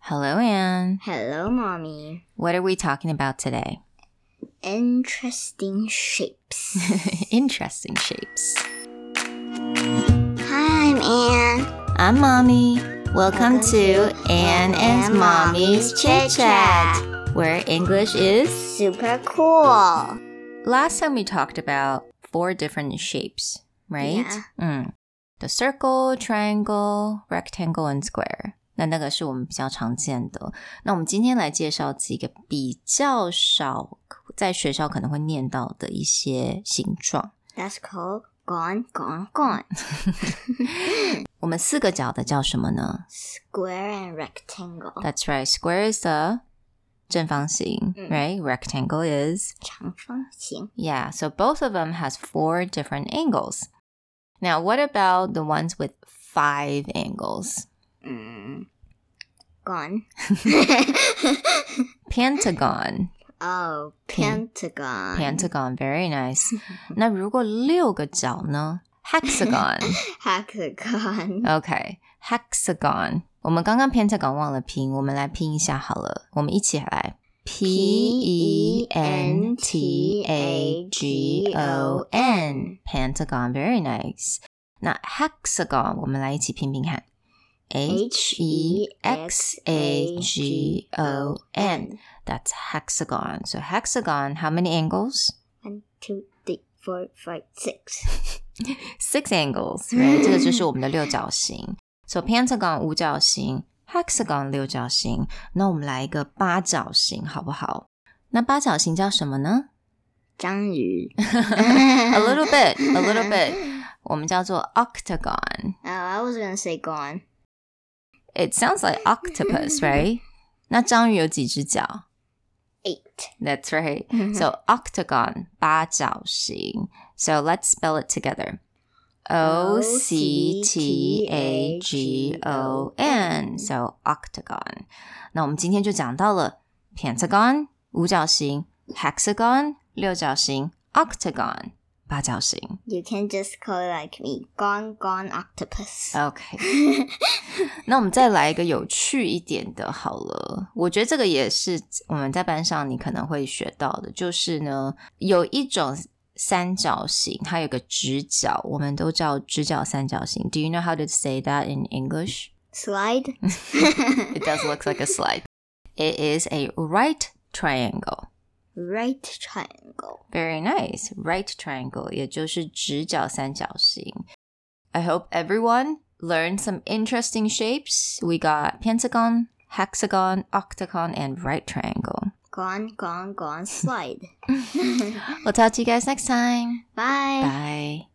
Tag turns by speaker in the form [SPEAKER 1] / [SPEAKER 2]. [SPEAKER 1] Hello, Anne.
[SPEAKER 2] Hello, mommy.
[SPEAKER 1] What are we talking about today?
[SPEAKER 2] Interesting shapes.
[SPEAKER 1] Interesting shapes.
[SPEAKER 2] Hi, I'm Anne.
[SPEAKER 1] I'm Mommy. Welcome,
[SPEAKER 2] Welcome
[SPEAKER 1] to
[SPEAKER 2] to
[SPEAKER 1] Anne and
[SPEAKER 2] and
[SPEAKER 1] Mommy's
[SPEAKER 2] Mommy's
[SPEAKER 1] Chit
[SPEAKER 2] Chit
[SPEAKER 1] Chat, where English is.
[SPEAKER 2] Super cool.
[SPEAKER 1] Last time we talked about four different shapes, right?
[SPEAKER 2] Yeah.
[SPEAKER 1] 嗯，the circle, triangle, rectangle, and square。那那个是我们比较常见的。那我们今天来介绍几个比较少在学校可能会念到的一些形状。
[SPEAKER 2] That's called gone, gone, gone.
[SPEAKER 1] 我们四个角的叫什么呢
[SPEAKER 2] Square and rectangle.
[SPEAKER 1] ？That's right, square is the 正方形、
[SPEAKER 2] 嗯
[SPEAKER 1] r i g h t Rectangle is
[SPEAKER 2] 长方形.
[SPEAKER 1] Yeah, so both of them has four different angles. Now, what about the ones with five angles?
[SPEAKER 2] Mm. Gone.
[SPEAKER 1] Pentagon,
[SPEAKER 2] oh,
[SPEAKER 1] Pen-
[SPEAKER 2] pentagon.
[SPEAKER 1] pentagon, very nice. 那如果六个角呢? Hexagon.
[SPEAKER 2] Hexagon.
[SPEAKER 1] Okay, hexagon. 我们刚刚 pentagon 忘了拼，我们来拼一下好了，我们一起来。P E N T A G O N Pentagon very nice。那 hexagon 我们来一起拼拼看，H E X A G O N That's hexagon. So hexagon how many angles?
[SPEAKER 2] One, two, three, four, five, six.
[SPEAKER 1] Six angles, right？这个就是我们的六角形。So pentagon 五角形，hexagon 六角形。那我们来一个八角形，好不好？那八角形叫什么呢
[SPEAKER 2] 章鱼。
[SPEAKER 1] ？A little bit, a little bit。我们叫做 octagon。
[SPEAKER 2] Oh, I was gonna say gone.
[SPEAKER 1] It sounds like octopus, right？那章鱼有几只脚
[SPEAKER 2] Eight.
[SPEAKER 1] ？That's right. So octagon 八角形。So let's spell it together. O C T A G O N. So octagon. 那我们今天就讲到了 pentagon 五角形，hexagon 六角形，octagon 八角形。
[SPEAKER 2] You can just call it like me. Gone, gone octopus.
[SPEAKER 1] OK，那我们再来一个有趣一点的，好了。我觉得这个也是我们在班上你可能会学到的，就是呢，有一种三角形，它有个直角，我们都叫直角三角形。Do you know how to say that in English?
[SPEAKER 2] Slide.
[SPEAKER 1] It does look like a slide. It is a right triangle.
[SPEAKER 2] Right triangle.
[SPEAKER 1] Very nice. Right triangle，也就是直角三角形。I hope everyone learned some interesting shapes. We got pentagon, hexagon, octagon, and right triangle.
[SPEAKER 2] Gone, gone, gone slide.
[SPEAKER 1] We'll talk to you guys next time.
[SPEAKER 2] Bye.
[SPEAKER 1] Bye.